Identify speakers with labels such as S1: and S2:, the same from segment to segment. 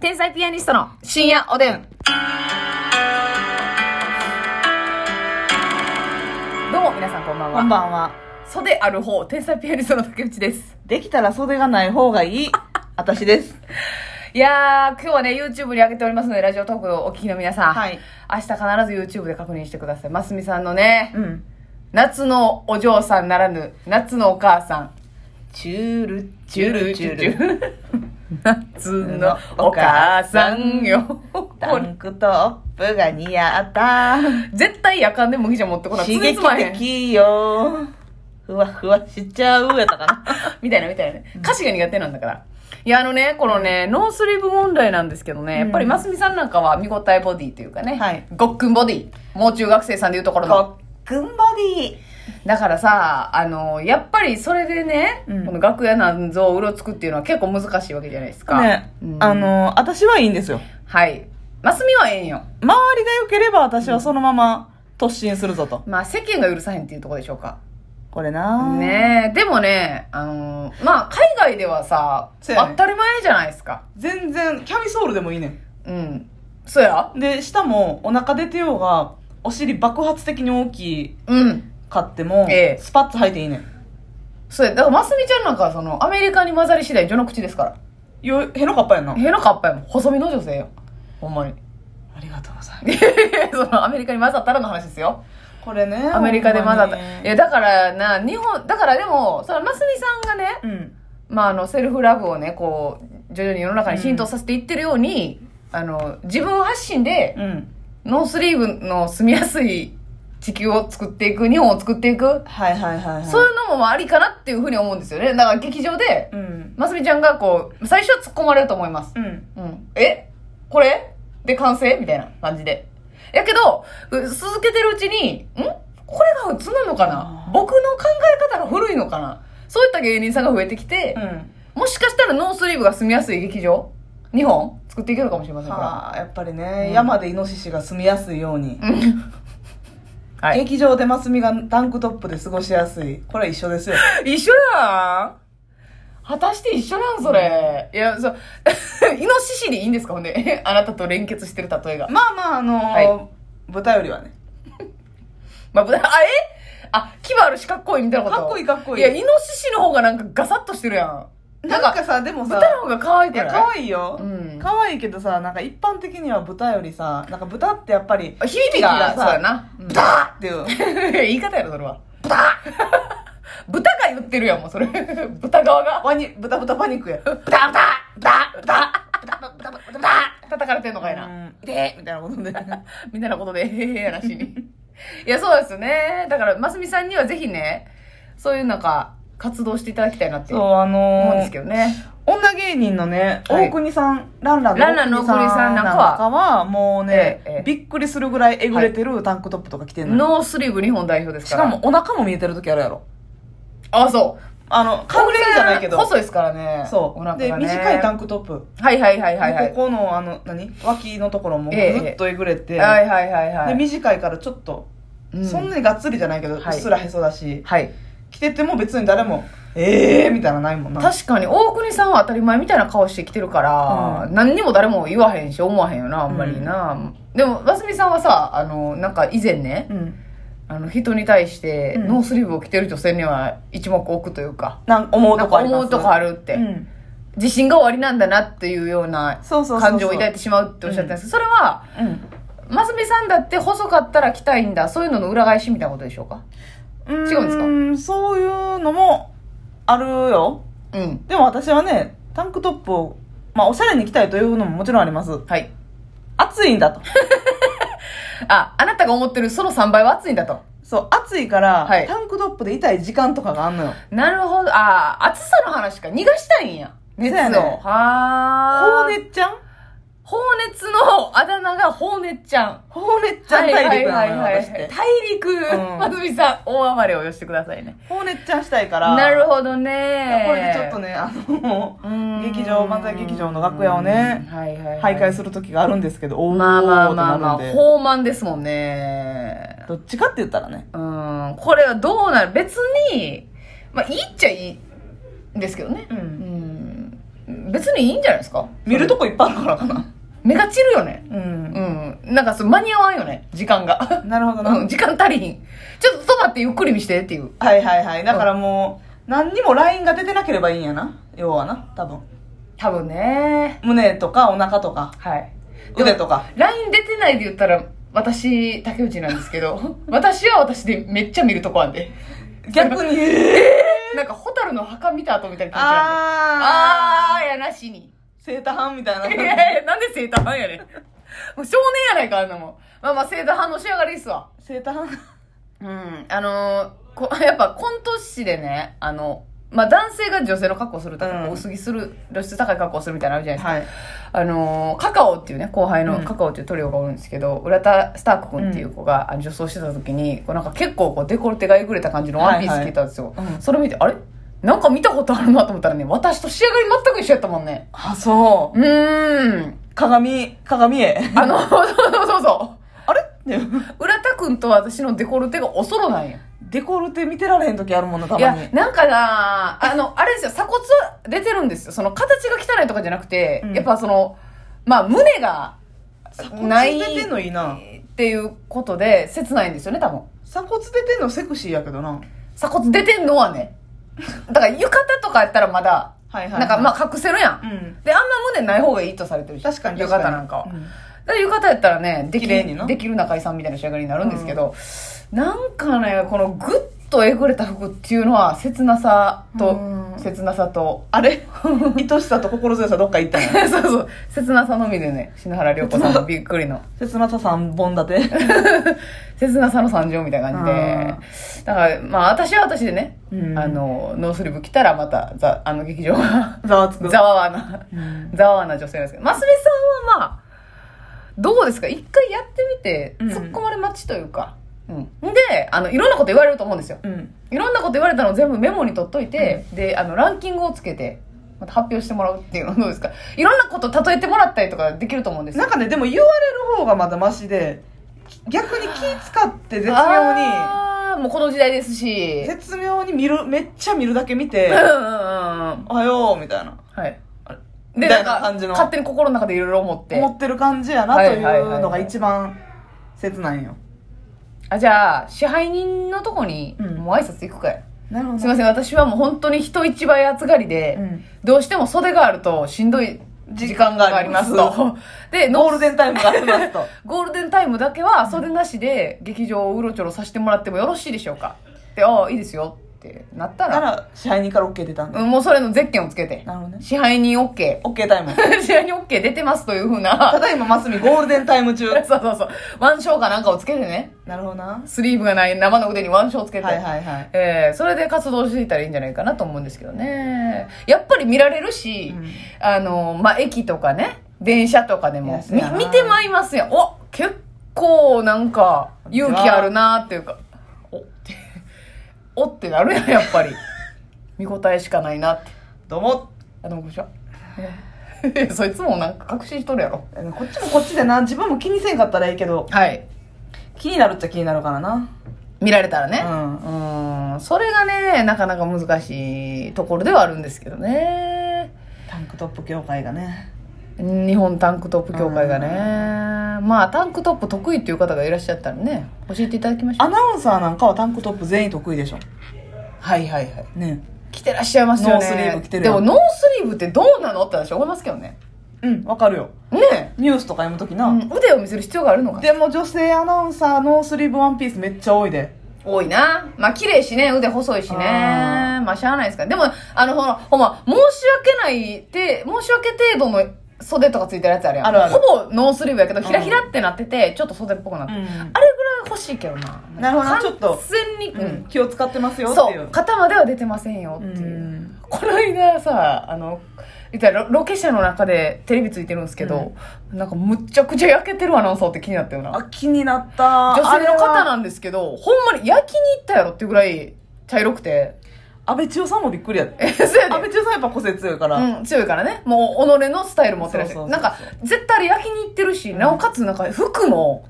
S1: 天才ピアニストの深夜おでん。どうも皆さんこんばん
S2: こん
S1: は。
S2: ばんは。
S1: 袖ある方、天才ピアニストの竹内です。
S2: できたら袖がない方がいい、私です。
S1: いやー、今日はね、YouTube に上げておりますので、ラジオトークをお聞きの皆さん。
S2: はい
S1: 明日必ず YouTube で確認してください。ますみさんのね、
S2: うん。
S1: 夏のお嬢さんならぬ、夏のお母さん。
S2: チュール、
S1: チュルチュ
S2: チュル。
S1: ル。 夏のお母さんよ。
S2: タンクトップが似合った。
S1: 絶対夜間で麦茶持ってこない。
S2: 刺
S1: つ
S2: 激
S1: つまへん
S2: 的よ。ふわふわしちゃうやったかな。
S1: みたいなみたいなね。歌詞が苦手なんだから。いや、あのね、このね、ノースリーブ問題なんですけどね、やっぱりますみさんなんかは見応えボディというかね、
S2: はい
S1: ごっくんボディ。もう中学生さんでいうところの。
S2: ごっくんボディ。
S1: だからさ、あの、やっぱりそれでね、
S2: うん
S1: この楽屋なんぞをうろつくっていうのは結構難しいわけじゃないですか。
S2: ね
S1: う、ん
S2: あの、私はいいんですよ。
S1: はい。ますみはええんよ。
S2: 周りが良ければ私はそのまま突進するぞと。
S1: まあ世間が許さへんっていうところでしょうか。
S2: これな
S1: ねえ、でもね、あの、まあ海外ではさ、
S2: そうやね
S1: 当たり前じゃないですか。
S2: 全然、キャミソールでもいいねん。
S1: うん。そうや
S2: で下もお腹出てようがお尻爆発的に大き
S1: うん。
S2: かっても、
S1: ええ
S2: スパッツ履いていいねん
S1: そうや、だから、ますみちゃんなんかはその、アメリカに混ざり次第、序の口ですから。
S2: よへのかっぱやんな
S1: へのかっぱやもん。細身の女性よ。ほんまに。
S2: ありがとうございます
S1: いやいやその、アメリカに混ざったらの話ですよ。
S2: これね
S1: アメリカで混ざった。
S2: ほんま
S1: い
S2: に
S1: や、だからな、日本、だからでも、その、ますみさんがね、
S2: うん
S1: まあ、あの、セルフラブをね、こう、徐々に世の中に浸透させていってるように、あの、自分発信で、
S2: うん
S1: ノースリーブの住みやすい地球を作っていく、日本を作っていく、
S2: はいはいはいはい
S1: そういうのもまあありかなっていうふうに思うんですよね。だから劇場で、
S2: うん
S1: ますみちゃんがこう、最初は突っ込まれると思います。
S2: うん
S1: うん。えこれで完成みたいな感じで。やけど、う続けてるうちに、んこれが普通なのかな
S2: あー
S1: 僕の考え方が古いのかなそういった芸人さんが増えてきて、
S2: うん
S1: もしかしたらノースリーブが住みやすい劇場日本作っていけるかもしれませんか
S2: はあやっぱりね、
S1: うん
S2: 山でイノシシが住みやすいように、
S1: ら。うん。 はい。
S2: 劇場でマスミがタンクトップで過ごしやすいこれ一緒ですよ
S1: 一緒やん果たして一緒なんそれ。いや、そう、 イノシシでいいんですかほんで。 あなたと連結してる例えが。
S2: まあまああのー
S1: は
S2: 豚よりはね
S1: まあ、ぶあ、え あ、牙あるしかっこいいみたいなこと。
S2: かっこいいかっこいい
S1: いや、イノシシの方がなんかガサッとしてるやん。
S2: な
S1: なんん
S2: か
S1: か、
S2: さでもさ
S1: 豚の方が可愛い
S2: い
S1: か
S2: や
S1: ら。
S2: 可愛いよ、
S1: うん
S2: 可愛いけどさなんか一般的には豚よりさなんか豚ってやっぱり
S1: あ響きが、
S2: 響き
S1: そう
S2: が
S1: や
S2: さ
S1: な。
S2: 「豚!」っていう
S1: うん 言い方やろ、それは。豚 豚が言ってるやん、もうそれ。 豚側が。
S2: ワニ豚豚パニックや
S1: 豚豚豚豚豚豚豚豚叩かれてんのかいな。
S2: うんでみたいなことで
S1: みたいなことで、 へへへやらしに。いや、そうですよね。だから、ますみさんにはぜひね、そういうなんか、活動していただきたいなって
S2: そう
S1: 思
S2: あ
S1: うん
S2: の
S1: ですけ
S2: ー、
S1: どね。
S2: 女芸人のね、
S1: はい
S2: 大国さんランラン
S1: ランランの大国さんなんかは
S2: なんかはもうね、
S1: ええええ
S2: びっくりするぐらいえぐれてるタンクトップとか着てんのよ、
S1: ノースリーブ日本代表です
S2: し
S1: から。
S2: かも、お腹も見えてる時あるやろ
S1: あ、そう。
S2: あの隠れるじゃないけど
S1: 細いですからね。
S2: そう
S1: お腹が、ね。
S2: で短いタ
S1: ン
S2: ンクトップ
S1: はいはいはいはいはい。
S2: ここのあの何脇のところもぐ
S1: ええ
S2: っとえぐれて、
S1: はいはいはいはい。
S2: で短いからちょっと、
S1: うん
S2: そんなにがっつりじゃないけど、
S1: はいう
S2: っすらへそだし
S1: はい。
S2: 着てても別に誰もええー、みたいなのないもんな
S1: 確かに、大国さんは当たり前みたいな顔してきてるから、
S2: う
S1: 何にも誰も言わへんし、思わへんよな、あんまりな。でも、ますみさんはさ、あの、なんか以前ね、
S2: うん
S1: あの、人に対して、
S2: うん
S1: ノースリーブを着てる女性には一目置くというか、
S2: なん思う
S1: な
S2: と
S1: んか
S2: こあります
S1: 思うとこあるって、
S2: うん
S1: 自信が終わりなんだなっていうような
S2: そうそうそうそう
S1: 感情を抱いてしまうっておっしゃってたんですけど、それは、ますみさんだって細かったら着たいんだそういうのの裏返しみたいなことでしょうか
S2: うん、
S1: 違うんですか
S2: すかそういうのもあるよ
S1: うん
S2: でも私はねタンクトップをまあおしゃれに着たいというのももちろんあります
S1: はい
S2: 暑いんだと
S1: ああなたが思ってるその3倍は暑いんだと
S2: そう暑いから、
S1: はい
S2: タンクトップで痛い時間とかがあんのよ
S1: なるほどあー暑さの話か逃がしたいんや熱を
S2: そうやね
S1: はあ
S2: ほうねっちゃん
S1: 放熱のあだ名が放熱ちゃん
S2: ほうねっちゃん大陸なのよ、私って
S1: 大陸、
S2: うん
S1: ますみさん大暴れをよしてくださいね
S2: ほうねっちゃんしたいから
S1: なるほど
S2: いや
S1: ね
S2: これでちょっとねあの
S1: うーん
S2: 劇場漫才劇場の楽屋をね
S1: うんはいはい、はい、
S2: 徘徊する時があるんですけどおー
S1: まあまあまあまあ
S2: ってなるんで
S1: 放満ですもんね
S2: どっちかって言ったらね
S1: うん、これはどうなる別に、まあ、いいっちゃいいんですけどね。
S2: う
S1: うんん。別別にいいんじゃないですか
S2: 見るとこいっぱいあるからかな。
S1: 目が散るよね。
S2: う。
S1: うんん。なんかそう間に合わんよね、時間が。
S2: なるほどな。
S1: うん、時間足りひん。ちょっと止まってゆっくり見してっていう。
S2: はいはいはい。だからもう、何にもラインが出てなければいいんやな。要はな、多分。
S1: 多分ね。
S2: 胸とかお腹とか、
S1: はい。でも
S2: 腕とか。
S1: LINE 出てないで言ったら、私、竹内なんですけど、私は私でめっちゃ見るとこあんで。
S2: 逆 に、え
S1: なんか、ホタルの墓見た後みたいな感じなんで。あ
S2: あーあ
S1: ーやなしに。
S2: セーター半みた
S1: い
S2: いな。
S1: やいや なんでセーター派やねん。もう少年やないか、あんなもん。まあまあ、セーター派の仕上がりですわ。
S2: セーター半。
S1: うん。あのーこ、 やっぱコント師でね、あの、まあ男性が女性の格好するとか、
S2: うん
S1: こう薄着する、露出高い格好するみたいなのあるじゃないですか。
S2: は
S1: あ
S2: い。
S1: のーカカオっていうね後輩
S2: う
S1: の
S2: ん
S1: カカオっていうトリオがおるんですけど、浦田スターク君っていう子が、あの女装してた時にこうなんか結構こうデコルテがえぐれた感じのワンピース着てたんですよ、
S2: はいはいうん
S1: それ見てあれなんか見たことあるなと思ったらね私と仕上がり全く一緒やったもんね
S2: あ、そう
S1: ーん
S2: う。鏡、鏡へ。
S1: あの そうそうそうそ
S2: あれって
S1: う浦田君と私のデコルテがおそろなんや
S2: デコルテ見てられへん時あるもんな、た
S1: い
S2: ま
S1: や
S2: に。
S1: なんかなあのあれですよ鎖骨は出てるんですよその形が汚いとかじゃなくて、
S2: うん
S1: やっぱそのまあ胸が
S2: 鎖
S1: ない
S2: 骨出てんのいいな。
S1: っていうことで切ないんですよね多分
S2: 鎖骨出てんのセクシーやけどな。
S1: 鎖骨出てんのは ねだから浴衣とかやったらまだ
S2: はいはい。
S1: なんかまあ隠せるやん、
S2: うん。
S1: であんま胸ない方がいいとされてるし
S2: 確かに確かに。
S1: 浴衣なんかは、
S2: う
S1: だから浴衣やったらねでき
S2: 綺麗にな
S1: できる中居さんみたいな仕上がりになるんですけど、なんかねこのグッとえぐれた服っていうのは切なさと、
S2: うん
S1: 切なさと
S2: あれ 愛しさと心強さどっか行ったんや。
S1: そうそう切なさのみでね篠原涼子さんのびっくりの
S2: 切なさ3本立て。
S1: 切なさの三乗みたいな感じでだからまあ私は私でね、
S2: うん
S1: あのノースリーブ着たらまたざあの劇場が
S2: ざわつく。
S1: ざわわな
S2: うん
S1: ざわわな女性なんですけどますみさんはまあどうですか一回やってみて
S2: うん
S1: 突っ込まれ待ちというか、うんであのいろんなこと言われると思うんですよ
S2: うん。
S1: いろんなこと言われたのを全部メモに取っといて、であのランキングをつけてまた発表してもらうっていうのはどうですかいろんなこと例えてもらったりとかできると思うんですよ
S2: なんかね、でも言われる方がまだマシで、き逆に気使って絶妙に、
S1: あーもうこの時代ですし
S2: 絶妙に見る、めっちゃ見るだけ見て
S1: う、んうんうん
S2: おはよう、みたいな。
S1: はい
S2: あれ。
S1: で、
S2: み
S1: なん
S2: たいな
S1: か、
S2: 感じの
S1: 勝手に心の中でいろいろ思って
S2: 思。ってる感じやな、と
S1: はいいはいはいうはいう
S2: のが一番切ないよ。
S1: あ、じゃあ、支配人のとこに、
S2: うん
S1: もう挨拶行くかい。
S2: なるほ
S1: すいません、私はもう本当に人一倍暑がりで、
S2: うん
S1: どうしても袖があるとしんどい時間があります
S2: 時間があ
S1: と。 で、
S2: ゴ
S1: ノ
S2: ールデンタイムがありま すと。
S1: ゴールデンタイムだけは袖なしで劇場をうろちょろさせてもらってもよろしいでしょうかで、ああ、いいですよってなった、
S2: からら、支配人から OK 出たんだ。
S1: うんもうそれのゼッケンをつけて
S2: な、るほどね。
S1: 支配人 OK、
S2: OK タイム。
S1: 支配人 OK 出てますというふう
S2: た
S1: な、
S2: だいま、ますみ、ゴールデンタイム中
S1: そ。うそうそう、腕章かなんかをつけてね、
S2: なるほどな。
S1: スリーブがない生の腕に腕章つけて、
S2: はいはいはい。
S1: えーそれで活動していたらいいんじゃないかなと思うんですけどね。やっぱり見られるし、
S2: うん
S1: あの、まあ、駅とかね、電車とかで
S2: いや
S1: も、
S2: そう
S1: み
S2: やな
S1: 見てまいりますやん。お結構なんか、勇気あるなっていうか、おって、 おってなるやん、やっぱり。見応えしかないなって。
S2: どうも。
S1: あ、どうもこんにちは。え そいつもなんか確信しとるやろ。
S2: こっちもこっちでな、自分も気にせんかったらいいけど、
S1: はい。
S2: 気になるっちゃ気になるからな。
S1: 見られたらね。
S2: うん。
S1: うん、それがね、なかなか難しいところではあるんですけどね。
S2: タンクトップ業界がね。
S1: 日本タンクトップ協会がね。まあ、タンクトップ得意っていう方がいらっしゃったらね、教えていただきましょう。
S2: アナウンサーなんかはタンクトップ全員得意でしょ。
S1: はいはいはい。
S2: ね。
S1: 着てらっしゃいますよね。
S2: ノースリーブ着てる
S1: で
S2: やん
S1: も、ノースリーブってどうなのって私思いますけどね。
S2: うん、わかるよ。
S1: ね
S2: ニュースとか読むとき
S1: え、
S2: な。
S1: うん腕を見せる必要があるのか。
S2: でも女性アナウンサーのスリーブワンピースめっちゃ多いで。
S1: 多いな。まあ、綺麗しね、腕細いしね。
S2: あ
S1: まあ、しゃあないですから。でも、あの、ほら、ほんま、申し訳ないて、申し訳程度の袖とかついてるやつあるやん。
S2: あるある
S1: ほぼノースリーブやけど、ひらひらってなってて、ちょっと袖っぽくなってる。
S2: うん
S1: あれぐらい欲しいけどな。
S2: なるほどなちょっと
S1: 完全に、
S2: う
S1: うんん。
S2: 気を使ってますよって
S1: そ
S2: いうう。
S1: 肩までは出てませんよっていう、
S2: ん
S1: この間さあの言ったらロロケ車の中でテレビついてるんですけど、なんかむっちゃくちゃ焼けてるアナウンサーって気になったよな
S2: あ、気になった。
S1: 女性の方
S2: あれは
S1: なんですけどほんまに焼きに行ったやろっていうぐらい茶色くて
S2: 安倍千代さんもびっくりやって。
S1: えそうや
S2: 安
S1: で
S2: 倍千代さんやっぱ個性強いから。
S1: うん、強いからねもう己のスタイル持ってらっしゃ
S2: そう
S1: る
S2: そうそ
S1: な
S2: うん
S1: か絶対あれ焼きに行ってるし、なおかつなんか服も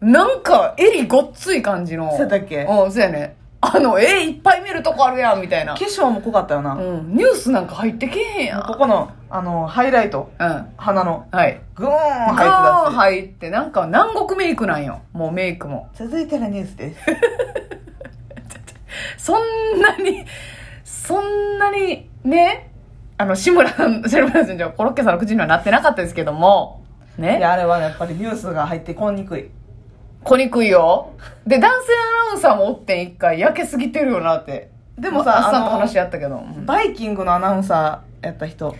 S1: なんか襟ごっつい感じの
S2: そうやったっけ
S1: うんそうやねあのえいっぱい見るとこあるやんみたいな
S2: 化粧も濃かったよな。
S1: うん、ニュースなんか入ってけえへんやん
S2: ここのあの、ハイライト。
S1: うん。
S2: 鼻の。
S1: はい。
S2: グーン入って
S1: ガーン
S2: たし。
S1: 入って、なんか南国メイクなんよ。もうメイクも。
S2: 続いてのニュースです。
S1: そんなに、そんなに、ね、あの、志村、 志村さんじゃコロッケさんの口にはなってなかったですけども、
S2: い
S1: ね、
S2: や、あれはやっぱりニュースが入ってこにくい。
S1: こにくいよ。で、男性アナウンサーもおってん一回、焼けすぎてるよなって。
S2: でも
S1: ま
S2: さ、
S1: あっさんと
S2: あの
S1: 話し合ったけど。うん
S2: バイキングのアナウンサーやった人、
S1: わ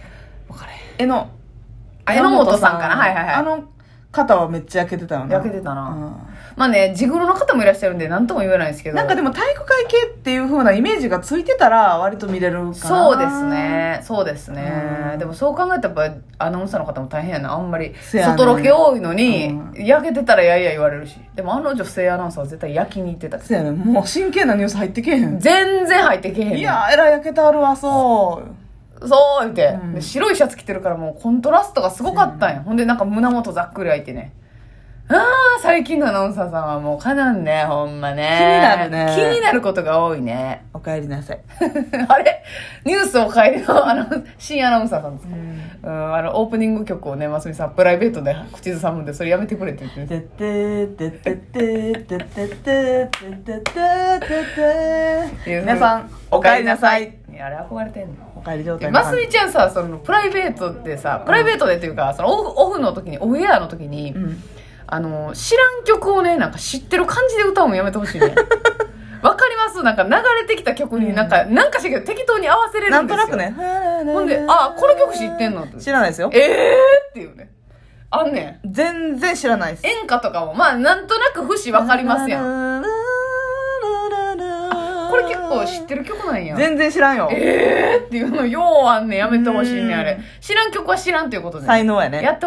S1: かれへん
S2: えの、
S1: あ榎本さんかなはいはいはい
S2: あの方はめっちゃ焼けてたよね。
S1: 焼けてたな
S2: う
S1: まあね、ジグロの方もいらっしゃるんで、なんとも言えないですけ
S2: ん
S1: ど。
S2: なんかでも体育会系っていう風なイメージがついてたら割と見れるかな。
S1: そうです。ね。そうですね
S2: う。ん
S1: でもそう考えたらやっぱアナウンサーの方も大変やな。あんまり
S2: せやね
S1: 外ロケ多いのに、
S2: う
S1: 焼けてたらやいや言われるし。でもあの女性アナウンサーは絶対焼きに行ってたし。
S2: そうやね。もう真剣なニュース入ってけえへん。
S1: 全然入ってけへんねん。
S2: いやー、えらい焼けてあるわ、そう。
S1: そう言って、
S2: うん
S1: で白いシャツ着てるからもうコントラストがすごかったんや。ほんでなんか胸元ざっくり開いてね。ああ、最近のアナウンサーさんはもうかなんね、ほんまね。
S2: 気になるね
S1: 気になることが多いね。
S2: おかえりなさい。
S1: あれニュースを変えるのアナウン新アナウンサーさんですか、うん、あのオープニング曲をねますみさんプライベートで口ずさむんでそれやめてくれって言ってる
S2: てっててっててててててててて皆さんおかえりなさい
S1: やあれ憧れてんの
S2: おかえり状態
S1: ますみちゃんさそのプライベートでさプライベートでっていうかそのオフオフの時にオフエアの時に、
S2: うん
S1: あの知らん曲をねなんか知ってる感じで歌うのやめてほしい ねわかりますなんか流れてきた曲になんか、なんかしたけど適当に合わせれ
S2: な
S1: る
S2: ん
S1: んで
S2: と
S1: すよ
S2: なくね
S1: ほ
S2: ほ
S1: んであこの曲知ってんのって
S2: 知らないですよ
S1: ええー、っていうねあんねん
S2: 全然知らないです
S1: 演歌とかもまあなんとなく節わかりますやん
S2: ん
S1: これ結構知ってる曲なんや
S2: 全然知らんよ
S1: えーっていうのようあんねんやめてほしいねんあ
S2: う
S1: れ知らん曲は知らんということで
S2: 才能やね
S1: やって